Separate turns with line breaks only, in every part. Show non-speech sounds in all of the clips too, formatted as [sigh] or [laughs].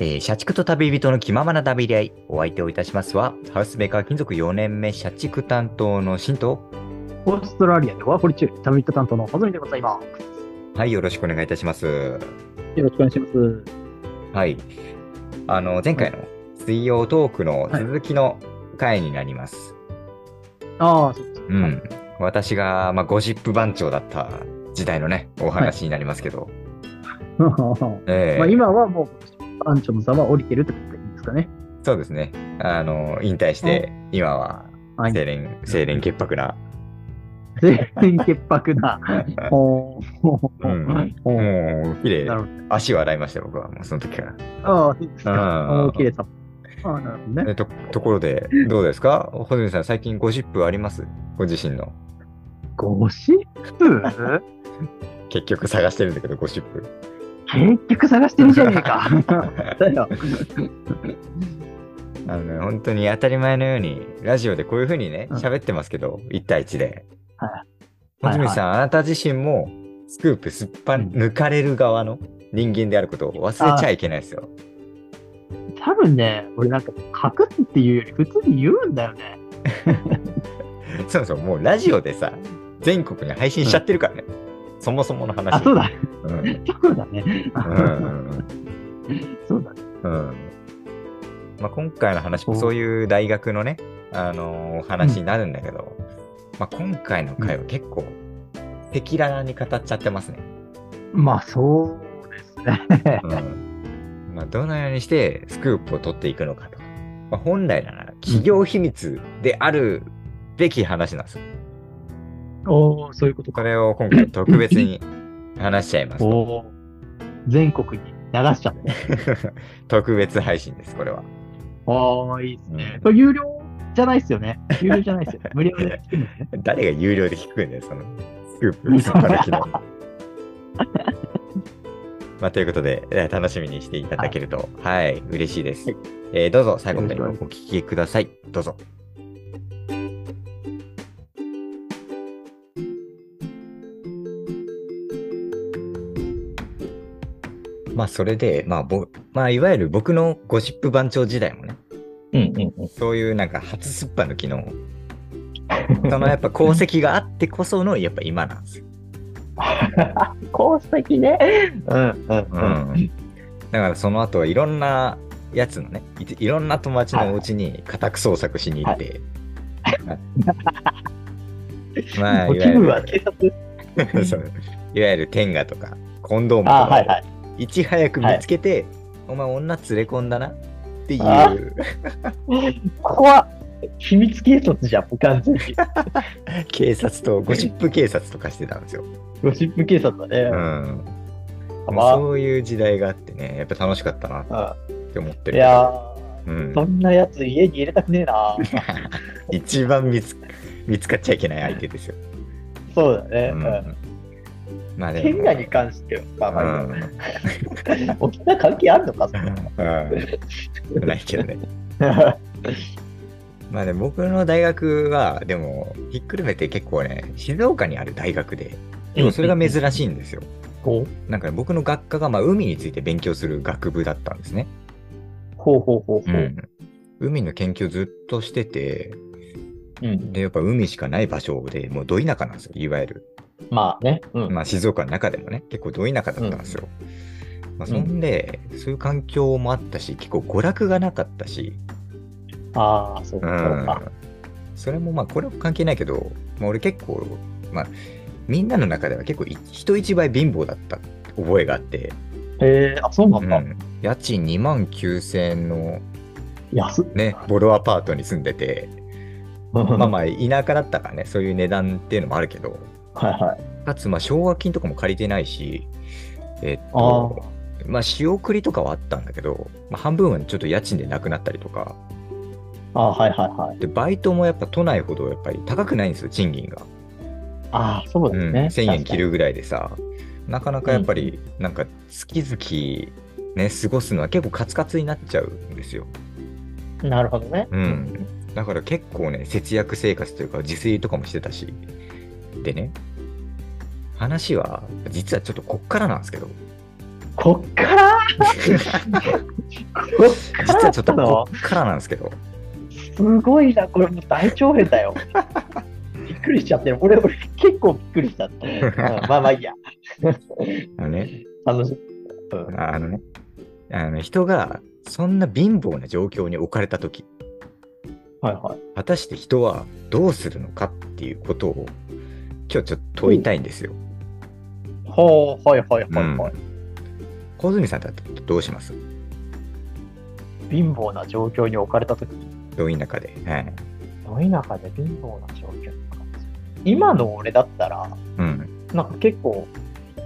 えー社畜と旅人の気ままな旅でお相手をいたしますは、ハウスメーカー金属4年目社畜担当の新藤。
オーストラリアでワーホリ中、旅人担当のホズミでございます。
はい、よろしくお願いいたします。
よろしくお願いします。
はい。あの、前回の水曜トークの続きの回になります。
ああ、そうです。
う
はい
ん。私が、まあ、ゴシップ番長だった時代のね、お話になりますけど。ええ
まあ今はもう、番長の座は降りてるってことでいいんですかね。
そうですね。あの、引退して、今は、
はい。
清廉、清廉潔白な、
全然潔白な。 [laughs] おーおー
[laughs] うん
おー
もう、綺
[laughs] なるほ
麗、
ど。
足を洗いました、僕は、もうその時から。
ああ、そうです
うん
か。おー綺麗さ。ああ、なるほどね。
えと [laughs] ところで、どうですか穂積さん、最近ゴシップありますご自身の。
ゴシップ
結局探してるんだけど、ゴシップ。 [laughs]
結局探してるじゃねえか。 [laughs] だよ。
あのね、本当に当たり前のように、ラジオでこういうふうにね、
うん
喋ってますけど、1対1で。
はい
穂積さん、あなた自身も、スクープすっぱ
うん
抜かれる側の人間であることを忘れちゃいけないですよ。
多分ね、俺なんか隠すっていうより普通に言うんだよね。
そもそももうラジオでさ、全国に配信しちゃってるからね。そもそもの話。
あ、そうだ。
うん。うん
そうだね。
うん
そうだね。
うんうん。まあ、今回の話もそういう大学のね、あのー話になるんだけど、まあ、今回の回は結構、赤裸々に語っちゃってますね。
まあ、そうですね。
うんまあ、どのようにしてスクープを取っていくのかと。まあ、本来なら企業秘密であるべき話なんですよ。
おお、そういうこと
こ
か。
れを今回特別に話しちゃいます
お
と。 [laughs]
おー、全国に流しちゃって。
特別配信です、これは。
おー、いいですね
うん。
これ有料じゃないですよね。有料じゃないですよね。無料で。
[laughs] 誰が有料で聞くんだよ、そのスク [laughs] ープ、そっから昨日。まあ、ということで、えー楽しみにしていただけると、はい、嬉しいです。
はい
えーどうぞ最後までお聞きください。どうぞ。まあ、それで、まあ、ぼ、まあ、いわゆる僕のゴシップ番長時代もね、
うんうんうん。
そういうなんか初すっぱ抜きの、そのやっぱ功績があってこそのやっぱ今なんですよ。
功績ね。うんうん
う
うん。
ん。だからその後はいろんなやつのね、いいろんな友達のお家に家宅捜索しに行って、まあ、い
も
わ
う気
ゆ
分は
る
警察です。
[laughs] そういわゆる天下とか、コンドームとか
ああ、はいはい。
をいち早く見つけて、お前女連れ込んだなっていう、
あここは秘密警察じゃん、もう完全に。
警察と、ゴシップ警察とかしてたんですよ。
[laughs] ゴシップ警察だ
う
ね。
ん。
まあ
そういう時代があってね、やっぱ楽しかったなっ
あ
て思ってるけ
い
ど。
や
うん
ー、そんなやつ家に入れたくねえ [laughs] な。
[laughs] 一番見つ見つかっちゃいけない相手ですよ。
そうだね
う。
うん
んまあでも
天下に関しては、まあまあいい
うん
や、沖縄関係あるのか、そんなの
うんないけどね。まあね、僕の大学は、でも、ひっくるめて結構ね、静岡にある大学で、でもそれが珍しいんですよ。
ほう
なんかね、僕の学科が、まあ、海について勉強する学部だったんですね。
ほうほうほうほう。
海の研究ずっとしてて、
うん。
で、やっぱ海しかない場所で、もうど田舎なんですよ、いわゆる。
まあね。うん。
まあ、静岡の中でもね、結構ど田舎だったんですよ。まあ、そんで、そういう環境もあったし、結構娯楽がなかったし、
ああ、そう
う
かそうか。
ん、それもまあ、これも関係ないけど、まあ、俺結構、まあ、みんなの中では結構い人一倍貧乏だった覚えがあって、
へえ、あ、そうな
うん
だ。
ん、家賃2万9000円の
安っ。
ね、ボロアパートに住んでて、
ま
まあまあ、田舎だったからね、そういう値段っていうのもあるけど、
[laughs] はいはい。
かつ、まあ、奨学金とかも借りてないし、えっ
あ
と、まあ、仕送りとかはあったんだけど、まあ、半分はちょっと家賃でなくなったりとか、
あ、あはいはいはい。
で、バイトもやっぱ都内ほどやっぱり高くないんですよ、賃金が。
ああ、そう
う
です
ん、
ね。
1000円切
る。
るぐらいでさ、なかなかやっぱり、なんか、月々、ね、過ごすのは結構カツカツになっちゃうんですよ。
なるほどね。
うん。だから結構ね、節約生活というか、自炊とかもしてたし。でね、話は、実はちょっとこっからなんですけど、
こっから
実はちょっとこっからなんですけど、
すごいな、これもう大長
[laughs]
編だよ。びっくりしちゃってる。俺、俺、結構びっくりしちゃっ
[laughs]
て。うんまあまあいいや。
あのね、
楽しい。うん
あのね、あの人がそんな貧乏な状況に置かれたとき、
はいはい。
果たして人はどうするのかっていうことを、今日ちょっと問いたいんですよ。
ほう、はいはいはいはい。
小泉さんだったらどうします
貧乏な状況に置かれたとき、
病院の中で。はい。
どい中で貧乏な状況に置かれた時今の俺だったら、
うん。
なんか結構、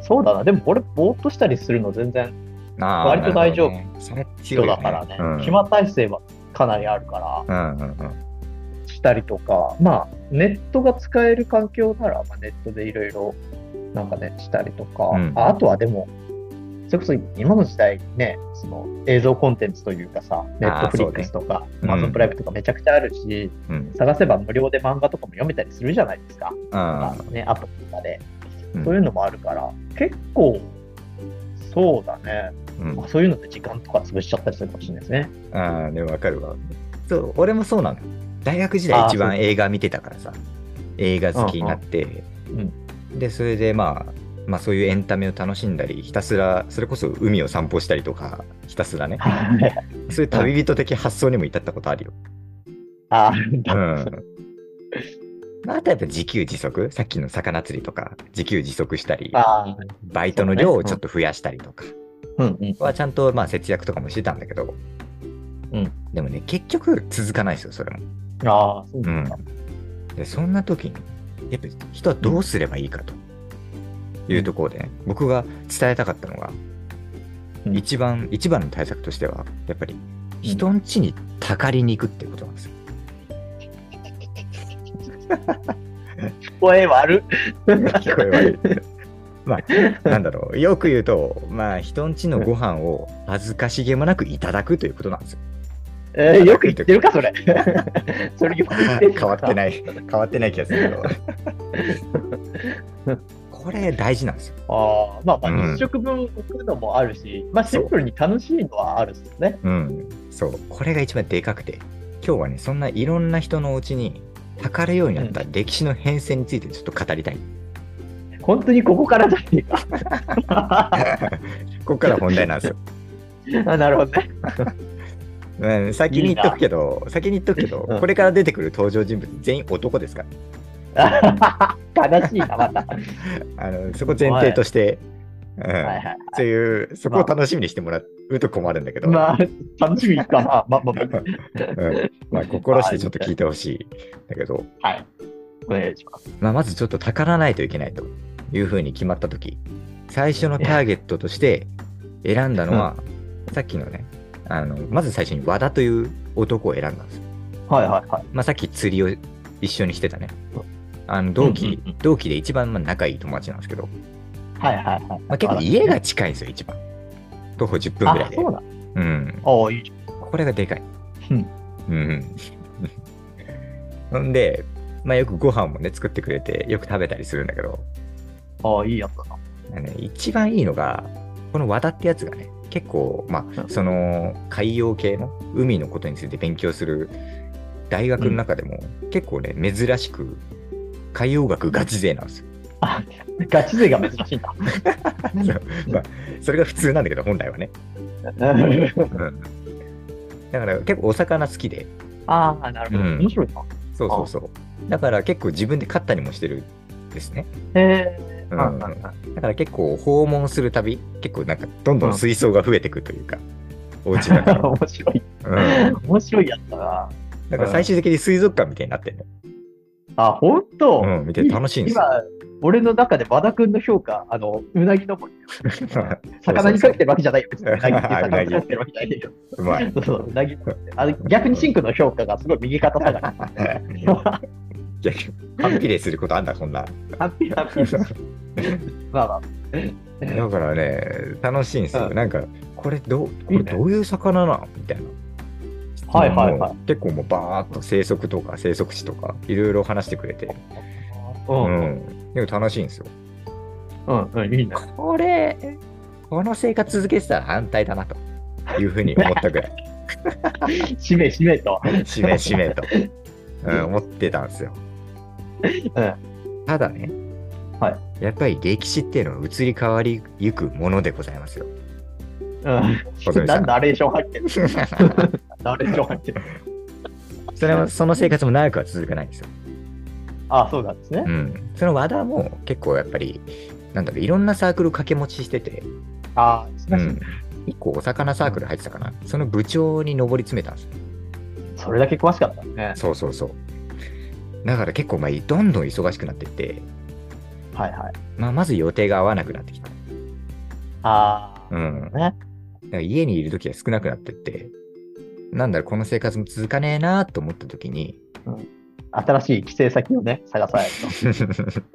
そうだな、でも俺、ぼーっとしたりするの全然
あー
割と大丈夫
なるほどねそれ強
人
いよ
だからね、
うん
暇体制はかなりあるから、
うんうんうん
したりとか、まあ、ネットが使える環境なら、まあ、ネットでいろいろ、なんかね、したりとか、
うん
ああとはでも、それこそ今の時代ね、その映像コンテンツというかさ、ネットフリックスとか、
うん
Amazon プライムとかめちゃくちゃあるし、
うん
探せば無料で漫画とかも読めたりするじゃないですか、あ
あ
のね、アプリとかで。
うん
そういうのもあるから、結構、そうだね、
ーうん
まあ、そういうので時間とか潰しちゃったりするかもしれないですね。
あーでもわかるわそう俺もそうなのよ大学時代一
あー
番映画見てたからさ映画好きになって、
うんうん
でそれで、まあ、まあそういうエンタメを楽しんだりひたすらそれこそ海を散歩したりとかひたすらねそういう旅人的発想にも至ったことあるよ、
ああるん
う
だ。
ん、 [laughs] あとやっぱ自給自足さっきの魚釣りとか自給自足したり
ああ、
バイトの量をちょっと増やしたりとか
うんうん。
はちゃんとまあ節約とかもしてたんだけど、
うん
でもね結局続かないですよそれも。
ああ、そう
う
なんだ。
ん、でそんな時にやっぱり人はどうすればいいかというところで、ね僕が伝えたかったのが、
うん
一番一番の対策としてはやっぱり人ん家にたかりに行くっていうことなんですよ。
声悪っ。
聞こえ悪い [laughs] まあなんだろうよく言うとまあ人ん家のご飯を恥ずかしげもなくいただくということなんですよ。
[laughs] えーよく言ってるか、それ。 [laughs] それよく言ってるか。
変わってない変わってない気がするけど [laughs] これ大事なんですよ
ああ、まあま
う
あ、
ん
一食分置くのもあるし、まあ、シンプルに楽しいのはあるっすよね。
うんそうこれが一番でかくて今日はねそんないろんな人のお家にたかるようになった歴史の変遷についてちょっと語りたい、
本当にここからじゃねえか。 [laughs]
ここから本題なんですよ、
あなるほどね。 [laughs]
うん、先に言っとくけど先に言っとくけど、
うん
これから出てくる登場人物全員男ですから
悲しいな、また。はい
あのそこ前提として、うん
はい。
そういうそこを楽しみにしてもらうと困るんだけど、
まあ、楽しみかな。まあ、まあ、
[laughs]
ま
うんまあ、心してちょっと聞いてほしいだけど、
あ、はい。お願いします。
まあ、まずちょっとたからないといけないというふうに決まった時最初のターゲットとして選んだのは、さっきのねあのまず最初に和田という男を選んだんですよ、
はいはいはい。
まあ、さっき釣りを一緒にしてたねあの同期、
うんうんうん
同期で一番まあ仲いい友達なんですけど、
はいはいはい。
まあ、結構家が近いんですよ一番徒歩10分ぐらい
あ、
で
そうだ。
うん
ああ、いいじ
これがでかい
うん
うん [laughs] ほんで、まあ、よくご飯もね作ってくれてよく食べたりするんだけど
ゃん。ああ、いいやつだな。
あのね一番いいのがこの和田ってやつがね結構ま
う
あ
ん
その海洋系の海のことについて勉強する大学の中でも結構ね珍しく海洋学ガチ勢なんですよ。
ガチ勢が珍しいんだ。
それが普通なんだけど本来はね。うんだから結構お魚好きで
[laughs] ああ、なるほど。
うん
面白いな。
そうそうそうだから結構自分で飼ったりもしてるんですね。
へえ。
う
うんんうんうん
だから結構訪問するたび結構なんかどんどん水槽が増えてくというか、お家だ [laughs] から。
面白い。
うん
面白いやつだな。
だから最終的に水族館みたいになってる
あ、ほんと
うん見て楽しいんですよ
今、俺の中で和田君の評価、あの、うなぎのぼり。
[laughs] の。
魚にかけてるわけじゃないよ。別にうなぎって
あう
魚
な
に
ぎ
かけてるわけじゃないよ。
うまい。
そうそう、うなぎのぼりあの逆にシンクの評価がすごい右肩下がり。
いや反比例することあんだ、こんな。 [laughs]
ハッピーハッピー。まあまあ。
だからね、楽しいんですよ。
うん
なんか、これどう、これどういう魚なのみたいな。
はいはいはい
もう結構もうバーっと生息とか生息地とかいろいろ話してくれて、
う、
うんん、でも楽しいんですよ。
うん、うん、いいね。
これ、この生活続けてたら反対だなというふうに思ったぐらい、
しめしめと。
しめしめと、 [laughs] うん、思ってたんですよ。
うん。
ただね、
は
やっぱり歴史っていうのは移り変わりゆくものでござい [laughs] ますよ。
うん。なんナレーション入ってる。ナレーション入ってる。
それはその生活も長くは続かないんですよ。
あ、そうなんですね
う。ん、その和田も結構やっぱり、なんだろう、いろんなサークル掛け持ちしてて、
あ、し
う
かし、
ん、1個お魚サークル入ってたかな、その部長に上り詰めたんですよ。
それだけ詳しかったね。
そうそうそう。だから結構、まあ、どんどん忙しくなってって、
はいはい。
まあ、まず予定が合わなくなってきた。
あ
う
あ。
ん。
ね。
だから家にいる時は少なくなってって、なんだろう、この生活も続かねえなと思った時に、 [laughs]
新しい帰省先をね、探さないと。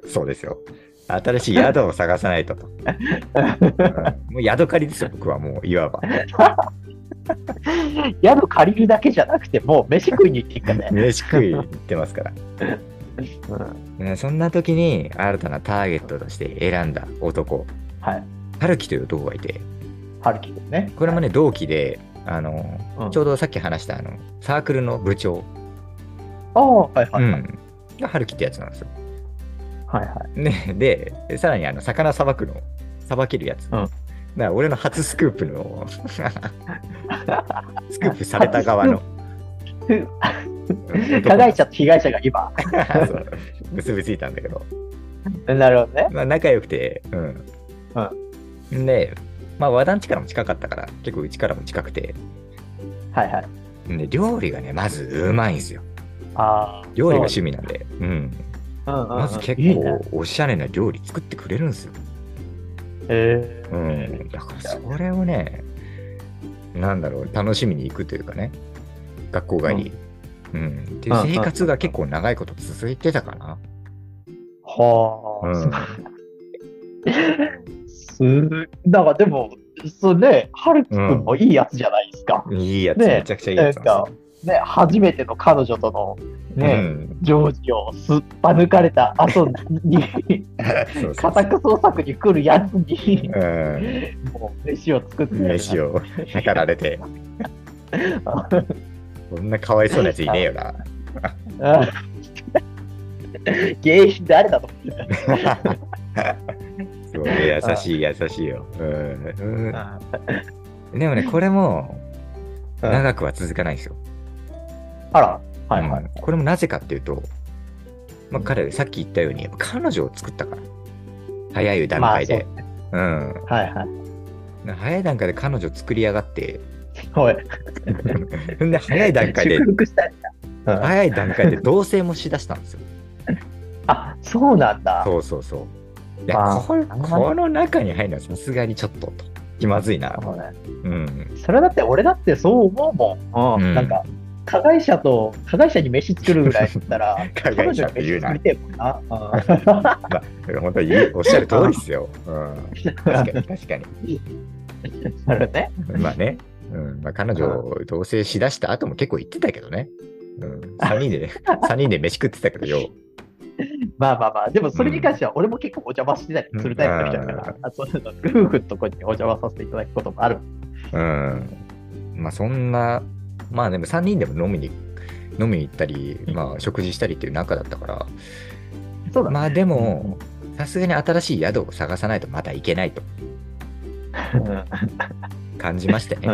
そうですよ。新しい宿を探さないとと。うんもう宿借りですよ、僕はもう、いわば。
[laughs] 宿借りるだけじゃなくて、もう飯食いに行っていくからね。
飯食い行ってますから。
うん
うんそんな時に、新たなターゲットとして選んだ男、
はい。
春樹という男がいて、
春樹君ね。
これもね、同期で、あの、
うん
ちょうどさっき話した、あの、サークルの部長、
ああ、はいは
う
いはい。
ん、が春樹ってやつなんですよ。
はいはい。
ね、で、さらにあの魚さばくの、さばけるやつ。
ん
だから俺の初スクープの、スクープされた側の。
加害者と被害者が今。
そう結びついたんだけど、
なるほどね。
まあ、仲良くて、うん。で、まあ、和田んちからも近かったから、結構うちからも近くて、
はいはい。
で料理がね、まずうまいんですよ。
ああ。
料理が趣味なんで、うん。
そううんうんうん
まず結
いいね
構おしゃれな料理作ってくれるんですよ。
え
う
ー
ん、だからそれをね、なんだろう、楽しみに行くというかね、学校帰り、うんっていう生活が結構長いこと続いてたかな。
はあ、
うん、
すなんかでも、そうね、はるきくんもいいやつじゃないですか。
いいやつ、
ねえ
めちゃくちゃいいやつなんですよ。
ね、初めての彼女とのね、
うん
ジョージをすっぱ抜かれた後
[laughs]
に、
そうそうそう
家宅捜索に来るやつに、もう飯を作って
[laughs] うん、飯をたかられて、こんなかわいそうなやついねえよ [laughs] な。
うん [laughs] 原因誰だと思って
すごい優しい、優しいよ。うんうん、でもね、これも
うん
長くは続かないんですよ。
あら、はいはい。
うんこれもなぜかっていうと、まあ、彼、さっき言ったように、やっぱ彼女を作ったから。早い段階で。
はいはい。
うん。早い段階で彼女を作り上がって、
おい、
んで早い段階で
祝、福したいな。うん
[laughs] 早い段階で同棲もしだしたんですよ。
あ、そうなん
[laughs]
だ。
そうそうそう。いや、
まあ
ここの中に入るのはさすがにちょっとと気まずいな。
そうね
うん。
それだって俺だってそう思うもん、うん
うん
なんか加害者と加害者に飯作るぐらいだった
[laughs]
ら
加
彼
害者
女に
って言う
飯
な
作り。てえもんな、うん [laughs]
まあ、本当におっしゃる通りですよ。うん。確かに、確かに。
それね
まあね、うんまあ、彼女を同棲しだした後も結構言ってたけどね。うん、3人で
[laughs]
ね、3人で飯食ってたけどよ。
まあまあまあでもそれに関しては俺も結構お邪魔してたりするタイプの人だから、あそういうの夫婦のとこにお邪魔させていただくこともある
うん。まあそんな、まあでも3人でも飲みに、飲みに行ったり、まあ食事したりっていう仲だったから、
そうだ、
まあでも、さすがに新しい宿を探さないとまた行けないと
うん
感じましてね。
ん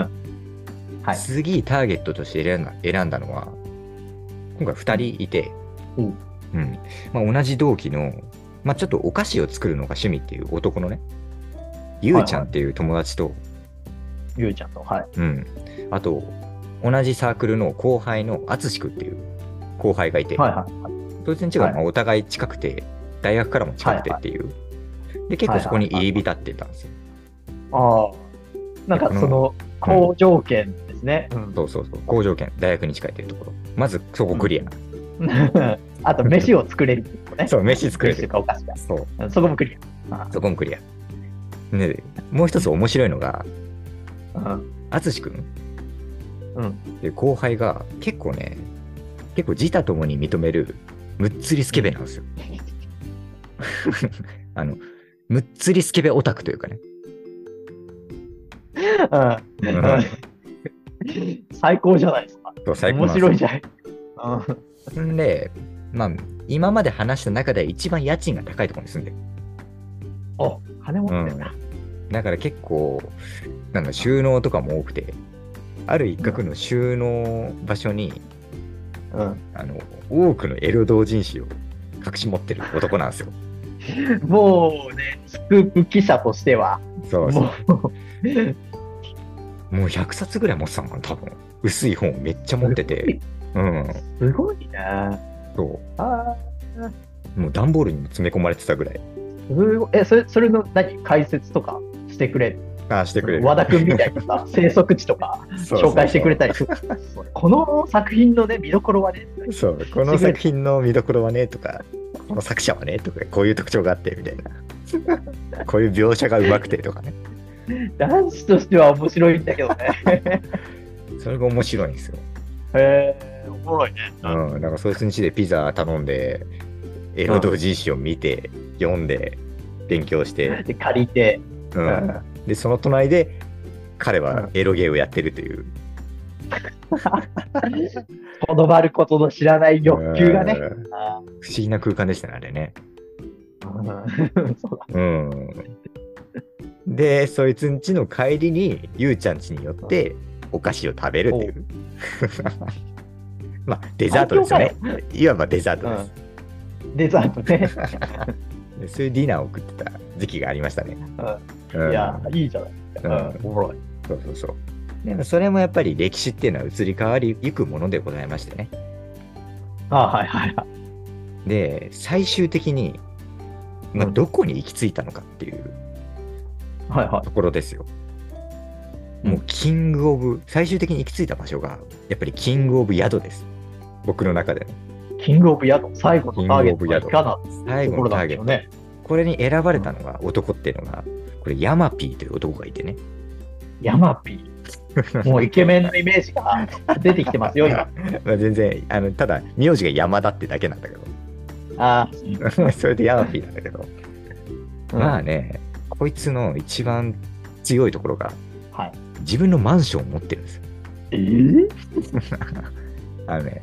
はい
次、ターゲットとして選んだ選んだのは、今回2人いて、
うん
うんまあ、同じ同期の、まあ、ちょっとお菓子を作るのが趣味っていう男のね、ゆうちゃんっていう友達と、
ゆうちゃんとはい
うん、あと、同じサークルの後輩のあつしくんっていう後輩がいて、
はいはい
当然違うのはまあお互い近くて、大学からも近くてっていう。で、結構そこに入り浸ってたんですよ。
ああなんかその好条件ですね、うん [laughs]
そうそうそう。好条件、大学に近いというところ。まず、そこクリア。
あと飯を作れるっていうの [laughs] ね
そう、飯作れ
飯と
る。
かお菓子か
そう。
うんそこもクリ
そこもクリア。ね、もう一つ面白いのが、
ア、うん
あつしくん
うん、
で後輩が結構ね、結構自他ともに認める、むっつりスケベなんですよ。 [laughs] あの、むっつりスケベオタクというかね。うん
うん最高じゃないですか。
そう最高
面
なんです
白いじゃない。うん
んで、まあ、今まで話した中で一番家賃が高いところに住んでる。
お金持ってんだ。
だから結構、なんだ、収納とかも多くて、ある一角の収納場所に、
うん
あの、多くのエロ同人誌を隠し持ってる男なんですよ。
もうね、スクープ記者としては、
そうそう
もう、
もう100冊ぐらい持ってたのかな、多分。薄い本をめっちゃ持って
[laughs]
て。うん。
すごいね。
そ
あ
う。もう段ボールにも詰め込まれてたぐらい。
ーすごい。え、それ、それの何解説とかしてくれる
ああ、してくれる。
和田君みたいな
[laughs]
さ、生息地とか
そうそうそう
紹介してくれたりする。この作品のね、見どころはね、
そう、この作品の見どころはねとか、この作者はねとか、こういう特徴があってみたいな。 [laughs] こういう描写がうまくてとかね。
男子としては面白いんだけど
[laughs]
ね。
それが面白いんですよ。
へえ、おもろいね。
うん。だからそいつんちでピザ頼んで、エロ同人誌を見て、読んで、勉強して、
で、借りて、
う。
うん
で、その隣で、彼はエロゲーをやってるという。
とどまることの知らない欲求がね。
うん
あ
不思議な空間でしたね、あれね。
ーうん [laughs] そうだ
うん。で、そいつんちの帰りに、ゆうちゃんちに寄って、お菓子を食べるっていう。 [laughs] まあ、デザートですよね。いわばデザートです。
デザートね。
でそういうディナーを食ってた時期がありましたね。うん
いや、いいじゃない。
う
うんん、おもろい。
そうそうそう。でもそれもやっぱり歴史っていうのは移り変わりゆくものでございましてね。
あはいはいはい。
で、最終的に、まあ、どこに行き着いたのかっていう
はいはい。
ところですよ。
うん
もうキングオブ、最終的に行き着いた場所が、やっぱりキングオブ宿です。僕の中でね。
キングオブ宿、最後のターゲットがいかなって
最後
とこ
の
ろ
タ
な
ー
ん
ゲ
です
ッ
よ
ト。
ね。
これに選ばれたのが男っていうのが、これヤマピーという男がいてね。
ヤマピー。もうイケメンのイメージが [laughs] 出てきてますよ、今。
[laughs] まあ全然、あのただ、名字が山田ってだけなんだけど、
あ
[laughs] それでヤマピーなんだけど、
ー
まあね、こいつの一番強いところが、
はい
自分のマンションを持ってるんですよ。
えー
あのね、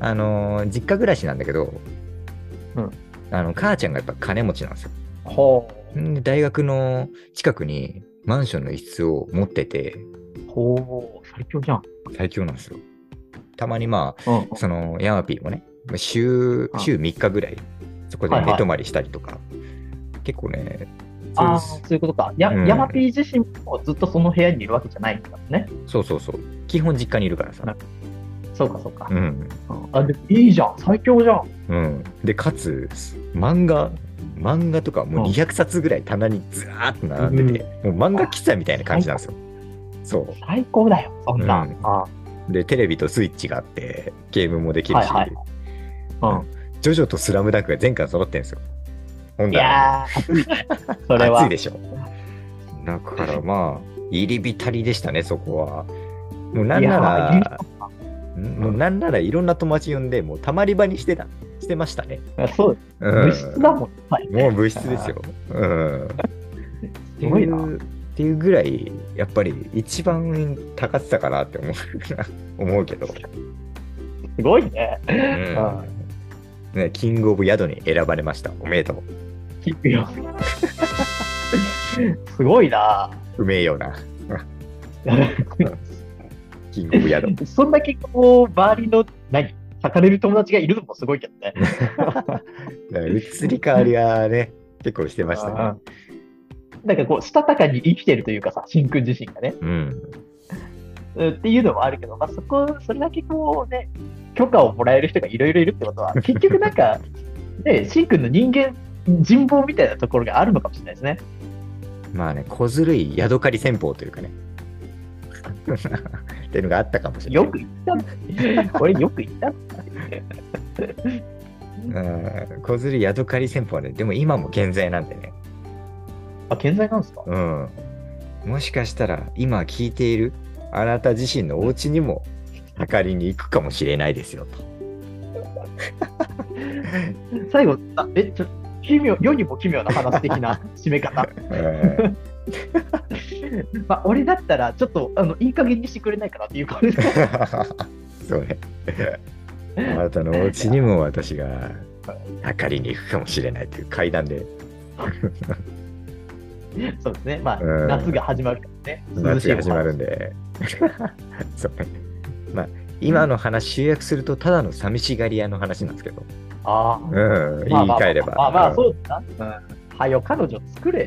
あのー実家暮らしなんだけど、
うん
あの母ちゃんがやっぱ金持ちなんですよ。
ほ
で大学の近くにマンションの一室を持ってて、
う。ほう。最強じゃん。
最強なんですよ。たまにまあ、
うん
そのヤマピーもね、週
うん
週3日ぐらい、そこで寝泊まりしたりとか、結構ね、
ああ、
そう
そういうことか。や、
うん
ヤマピー自身もずっとその部屋にいるわけじゃないんだね。
そうそうそう、基本実家にいるからさ。
そうか、そうか
う。ん。
あ、でもいいじゃん。最強じゃん。
うん、で、かつ、漫画、漫画とかもう
うん
200冊ぐらい棚にずらーっと並んでて、もう漫画喫茶みたいな感じなんですよ。そ
最高だよ、そんな。
うん
あ
う。で、テレビとスイッチがあって、ゲームもできるし、
はいはいー
ジョジョとスラムダンクが全巻揃ってるんですよ。ほ
うんん、い
だら
やー、熱いねそれは。
暑いでしょ。だからまあ、入り浸りでしたね、そこは。もうなんない
や
ら、んもうなんならいろんな友達呼んで、もうたまり場にしてた、してましたね。
そう、
うん、
物質だもん。はい
もう物質ですよ。うん。
すごいな。
ってうっていうぐらい、やっぱり一番高ってたかな [laughs] って思う思うけど、
すごいね。
うん
あ
ね。キングオブ宿に選ばれました。おめでとう。
聞くよ。 [laughs] すごいな。
うめえような、キングオブ
[laughs]
宿。
そんだけこう、周りの、何咲かれる友達がいるのもすごいけどね。
だから移り変わりはね、結構してましたね。
うんなんかこう、したたかに生きてるというかさ、真君自身がね。
うん。
うんっていうのもあるけど、まあ、そこ、それだけこうね、許可をもらえる人がいろいろいるって
[laughs]
ことは、結局なんか、ね、シンくんの人間、人望みたいなところがあるのかもしれないですね。
まあね、小ずるい宿狩り戦法というかね。 [laughs] っていうのがあったかもしれない。
よく言ったの
[laughs]
俺よく言ったの
うん小ずるい宿狩り戦法はね、でも今も健在なんでね。
あ、健在なんですか
うん。もしかしたら今聞いているあなた自身のお家にも測りに行くかもしれないですよと。 [laughs]
最後、あえ、ちょ、奇妙、世にも奇妙な話的な締め方。
うん
まあ、俺だったら、ちょっと、あの、いい加減にしてくれないかなっていう感じで。
[laughs] そうね。あなたのお家にも私が測りに行くかもしれないという階段で
そうですね。まあ、
うん
夏が始まるからね。涼し
夏
い
が始まるんで。 [laughs] そうね。まあ、今の話集約するとただの寂しがり屋の話なんですけど。
ああ。
うん、言い
まあまあ
換えれば。
まあまあ、
ん
そうだな。うん。はよ、彼女作れよ。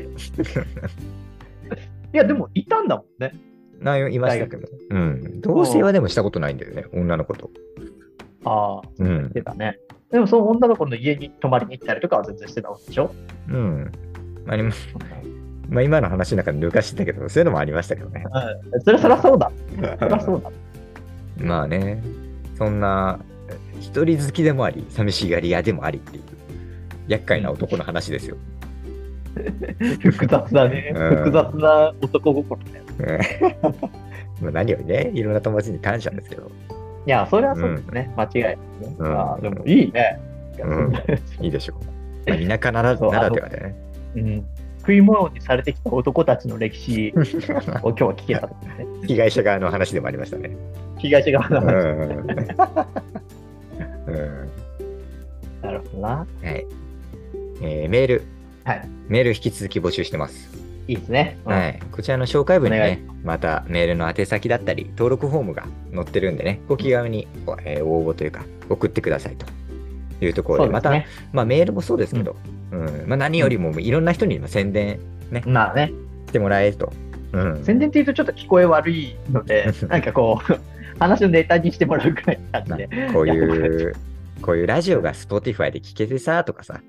いや、でも、いたんだもんね。
な言いましたけど。うん。同性はでもしたことないんだよね、女の子と。
ああ、
うん。
出たね。でも、その女の子の家に泊まりに行ったりとかは全然してたわけでしょ。
うん。まあ、でもまあ今の話の中で抜かしてたけど、そういうのもありましたけどね。
うん。それ、そりゃそうだ。そりゃそ
[laughs]
うだ。
まあね、そんな、一人好きでもあり、寂しがり屋でもありっていう、厄介な男の話ですよ。
複雑だね。
うん
複雑な男心ね。
[laughs] まあ何よりね、いろんな友達に感謝ですけど、
いや、それはそうですね。間違いないですね。
うん
ああ、でも、いいね。
うんいいでしょう。まあ田舎なら
そうあの
ならではでね。
うん食い物にされてきた男たちの歴史を今日は聞けたと思ってね。
被害者側の話でもありましたね。
東側
う
の
ん。
話。
うん
なるほどな。
はい。えーメール。
はい
メール引き続き募集してます。
いいですね。うん
はい、こちらの紹介文に
お
ね、またメールの宛先だったり、登録フォームが載ってるんでね、ご気軽に、えー応募というか、送ってくださいというところで、ま
そう
た、
ですね
まあ、メールもそうですけど、うんまあ、何よりもいろんな人にも宣伝
まあね、
してもらえると。うん、
宣伝っていうとちょっと聞こえ悪いので、なんかこう、話のネタにしてもらうくらいの感じで。
こういう、こういうラジオが Spotify で聞けてさとかさ、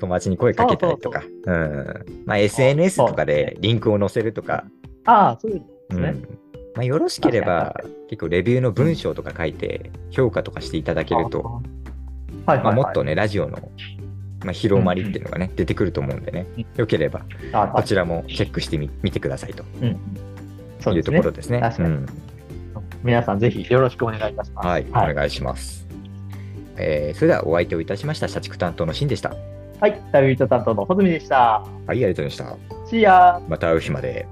友達に声かけたりとか、うんまあ、SNS とかでリンクを載せるとか、
ああ、そういうことです
う
ね。
んまあ、よろしければ
確か
結構レビューの文章とか書いて評価とかしていただけると、
ああ。は
まあ、
いはいはい、
もっとねラジオの、まあ、広まりっていうのがね、出てくると思うんでね
うん
よければ
ああ、
こちらもチェックしてみ見てくださいと
うん。そう
い
で
う
す
とこ
ね
ろ。ですね。
確かに
うん
皆さんぜひよろしくお願いいたします。
はい、
はい
お願いします、えーそれではお相手をいたしました社畜担当のシンでした。はい
はい、旅人担当の穂積でした。
ありがとうございました。
See ya!
また会う日まで。